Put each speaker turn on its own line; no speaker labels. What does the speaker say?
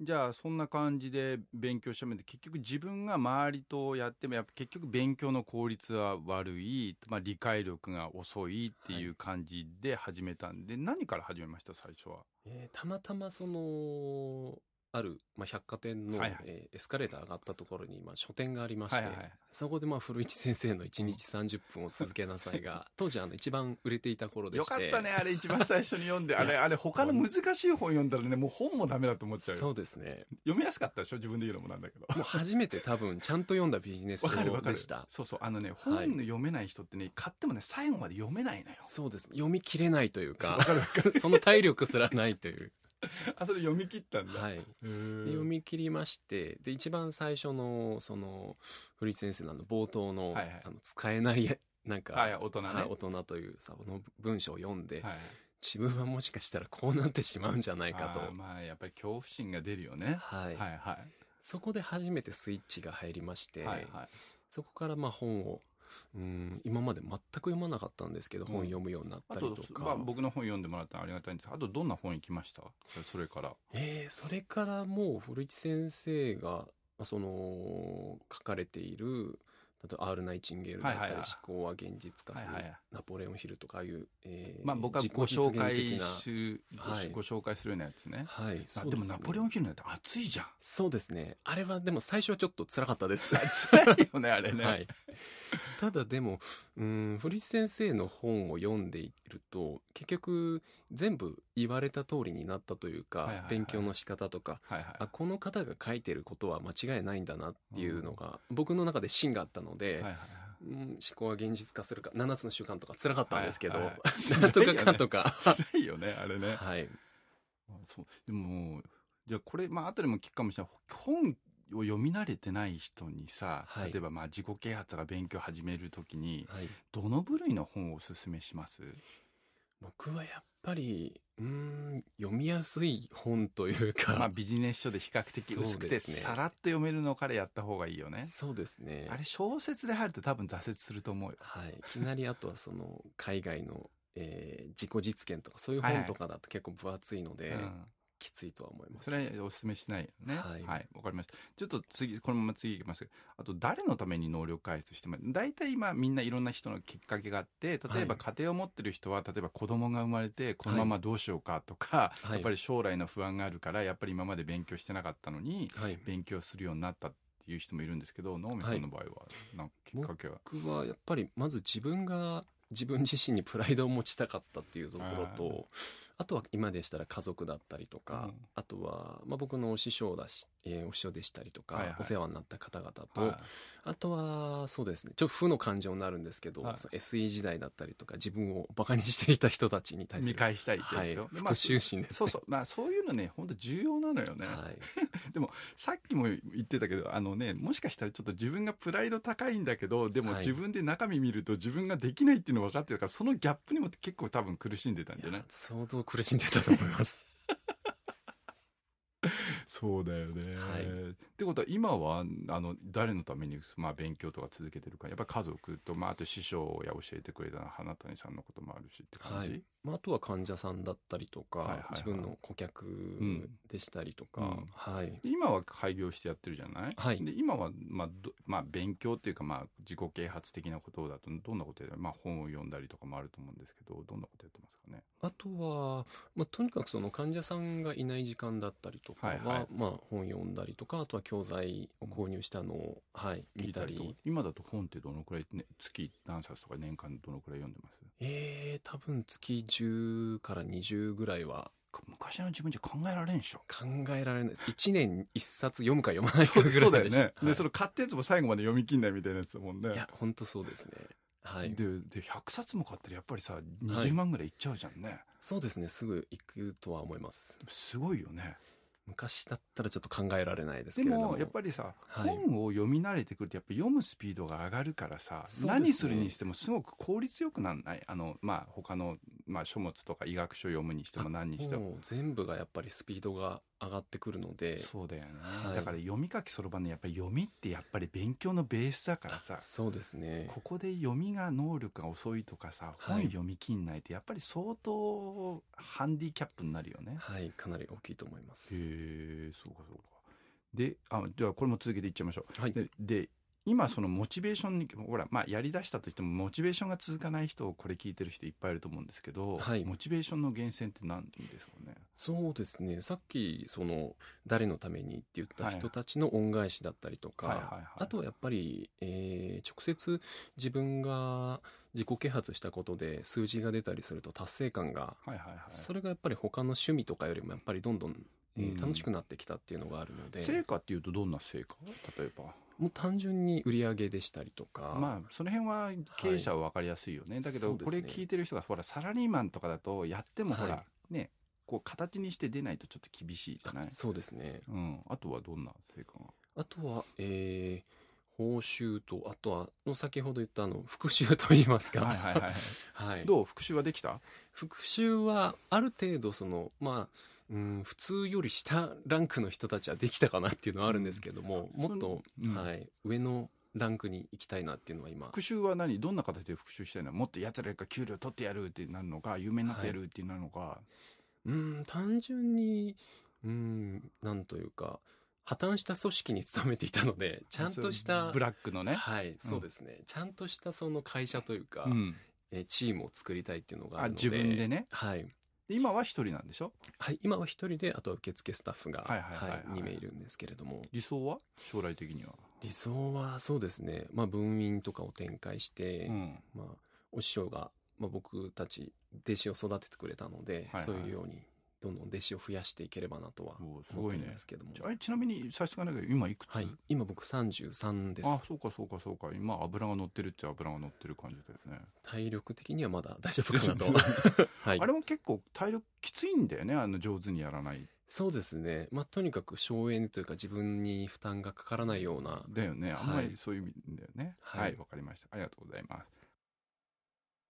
じゃあそんな感じで勉強してみて結局自分が周りとやってもやっぱ結局勉強の効率は悪い、まあ、理解力が遅いっていう感じで始めたんで、何から始めました最初は。
えーたまたまその、ある、まあ、百貨店の、
はいはい
えーエスカレーター上がったところに、まあ、書店がありまして、
はいはいはい
そこで、まあ、古市先生の1日30分を続けなさい が、当時、あの、一番売れていた頃で
よ
し。
かってたねあれ一番最初に読んであれあれ他の難しい本読んだらねもう本もダメだと思っちゃうよ
そうですね。
読みやすかったでしょ自分で言うのもなんだけ ど。
もう初めて多分、ちゃんと読んだビジネス
わかるわ
書
か
で
る
した。
そうそうあのね本
はい
の読めない人ってね買ってもね最後まで読めないのよ
そうです。読み切れないというか
わ、かるわかる
その体力すらない という。
あそれ読み切ったんだ、
はい。
へー
で読み切りましてで一番最初のその古市先生のあの冒頭の,、
はいはい
あの使えないやなんか、
はい大人ね
はい大人というさこの文章を読んで、
はい
自分はもしかしたらこうなってしまうんじゃないかと、
あーまあやっぱり恐怖心が出るよね、
はい
はいは
そこで初めてスイッチが入りまし
い
て、
はいはい
そこからまあ本をうん今まで全く読まなかったんですけど、
うん
本読むようになっ
あ
たり
と
とか
まあ、僕の本読んでもらったらありがたいんですあとどんな本行きましたそれから
えーそれからもう古市先生がまあその書かれている例えば「アール・ナイチンゲール」だった
はい
り
はいはい
「思考は現実化する」
はいはいはい
ナポレオン・ヒル」とかああいう、えー
まあ僕は
自己
ご紹
実現
介
的な
するご,、
はい
紹介するようなやつね
はい
あ
そう
でもナポレオ
ン
ンヒルのやつ熱いじ ゃん
そうですねあれはでも最初はちょっと辛かったです、
辛いよねあれね、
はい、ただでもうん古市先生の本を読んでいると結局全部言われた通りになったというか、
はいはいはい
勉強の仕方とか
はいはい
あこの方が書いてることは間違いないんだなっていうのが、僕の中で芯があったので、
はいはい
うん、思考は現実化するか7つの習慣とか辛かったんですけど、
はいはいはい
なんとかかんとか、
辛いよねあれね
はい
あそうでもじゃあこれまあ後でも聞くかもしれない本を読み慣れてない人にさ、
はい
例えばまあ自己啓発とか勉強始めるときに
はい、
どの部類の本をおすすめします
僕はやっぱりうん読みやすい本というか、
まあビジネス書で比較的薄く
そうで
て
すね
さらっと読めるのからやった方がいいよね
そうですね
あれ小説で入ると多分挫折すると思うよ
はい、いきなりあとはその海外の、えー自己実現とかそういう
はいは
本
い
とかだと結構分厚いので、
うん
きついとは思います
それはお勧めしないよね。
は
はいい、わ、かりました。ちょっと次、このまま次行きます。あと、誰のために能力開発しても、大体今みんないろんな人のきっかけがあって、例えば
はい
家庭を持ってる人は、例えば子供が生まれて、このままどうしようかとか、
はい
やっぱり将来の不安があるから、やっぱり今まで勉強してなかったのに、
はい、
勉強するようになったっていう人もいるんですけど、能見さんの場合は、なんかきっかけは。
僕はやっぱりまず自分が自分自身にプライドを持ちたかったっていうところとあとは今でしたら家族だったりとか、
うん
あとは、まあ、僕のお師匠だし、えーお師匠でしたりとか、
はいはい
お世話になった方々と、
は
あとはそうですねちょっと負の感情になるんですけど、
はい
その SE 時代だったりとか自分をバカにしていた人たちに
い、
対す
見
る、
返したいってやつ
はい、
でしょ。
復
でまあ
讐心です
そう
ね。
そうまあそういうのね本当重要なのよね、
はい、
さっきも言ってたけどあのねもしかしたらちょっと自分がプライド高いんだけどでも
はい
自分で中身見ると自分ができないっていうの分かってるからそのギャップにも結構多分苦しんでたんじゃ
い
な
や
い
相当苦しんでたと思い ます。
そうだよね
はい
ってことは今はあの誰のために、まあ、勉強とか続けてるかやっぱ家族と、まあ、あと師匠や教えてくれた花谷さんのこともあるしって感
は
じ、
いまあ、あとは患者さんだったりとか、
はいはいはい
自分の顧客
ん
でしたりとか、
うん
はい、
で今は開業してやってるじゃない、
はい
で今は、まあどまあ、勉強っていうか、まあ、自己啓発的なことだとどんなことやってまあ、本を読んだりとかもあると思うんですけどどんなことやってますかね
あとは、まあ、とにかくその患者さんがいない時間だったりとかは、
はいはい
まあ、本読んだりとかあとは教材を購入したのを、はい、見たり
とか今だと本ってどのくらい、ね、月何冊とか年間どのくらい読んでます
えー、多分月10から20ぐらいは
か昔の自分じゃ考えられんでしょ
考えられないです1年1冊読むか読まないか
そう
ぐ
そう
ら
だ
い
よね、
でしたは
で
い
その買ったやつも最後まで読み切んないみたいなやつだもんね
いや本当そうですねはい
でで100冊も買ったらやっぱりさ20万ぐらいいっちゃうじゃんね、
そうですねすぐ行くとは思います
すごいよね
昔だったらちょっと考えられないですけ
で
れども
もやっぱりさ、
はい
本を読み慣れてくるとやっぱ読むスピードが上がるからさ、
そうですね
何するにしてもすごく効率よくなんないあのまあ他のまあ、書物とか医学書読むにしても何にしても。
もう全部がやっぱりスピードが上がってくるので
そうだよね、
はい
だから読み書きそろばんのやっぱり読みってやっぱり勉強のベースだからさ
そうですね
ここで読みが能力が遅いとかさ
は
本
い
読み切んないとやっぱり相当ハンディキャップになるよね。
はいかなり大きいと思います
へえそうかそうか。であじゃあこれも続けていっちゃいましょ
は
う。
い
でで今そのモチベーションにほら、まあ、やりだしたといってもモチベーションが続かない人をこれ聞いてる人いっぱいいると思うんですけど、
はい
モチベーションの源泉って何ですかね
そうですねさっきその誰のためにって言った
はい
人たちの恩返しだったりとか、
はいはいはい
あとはやっぱり、えー直接自分が自己啓発したことで数字が出たりすると達成感が、
はいはいはい。
それがやっぱり他の趣味とかよりもやっぱりどんどん、えー
うん
楽しくなってきたっていうのがあるので、
成果っていうとどんな成果例えば
もう単純に売り上げでしたりとか、
まあその辺は経営者は分かりやすいよね、だけ
そ
ど
うです
こ
ね
れ聞いてる人がほらサラリーマンとかだとやってもほら、
は
ねこう形にして出ないとちょっと厳しいじゃない
そうですね
うん、あとはどんな成果が
あとは、えー報酬とあとはの先ほど言ったあの復習といいますか、
はいはいはい
はい
どう復習はできた
復習はある程度そのまあうん普通より下ランクの人たちはできたかなっていうのはあるんですけども、もっと、
うん
はい、上のランクに行きたいなっていうのは今
復習は何どんな形で復習したいのもっとやつらが給料取ってやるってなるのか有名になってやるってなるのか、
うん単純にうんなんというか破綻した組織に勤めていたのでちゃんとし
そうい
た
うブラックのね、
はいそうですね、ちゃんとしたその会社というか、
うん、
えーチームを作りたいっていうのがあ
あ
るので
自分でね
はい、
で今は一人なんでしょ
はい、今は一人であとは受付スタッフが、
はいはいはいはい
2名いるんですけれども
理想は将来的には、
理想はそうですね、まあ、分院とかを展開して、
うん、
まあ、お師匠が、まあ、僕たち弟子を育ててくれたので、
はいはい
そういうようにどんどん弟子を増やしていければなとは
おーす
思っ
ご
て
い
るん
ね
ですけども、
じゃあえちなみに差し支えないけど今いくつ、
はい、今僕33で
あ
す
そうかそうかそうか今油が乗ってるっちゃ油が乗ってる感じだよね、
体力的にはまだ大丈夫かなと
大丈、
はい
あ、れも結構体力きついんだよねあの上手にやらない
そうですね、まあ、とにかく省エネというか自分に負担がかからないような
だよね
はい
あんまりそういう意味だよね
はい
はいわ、かりましたありがとうございます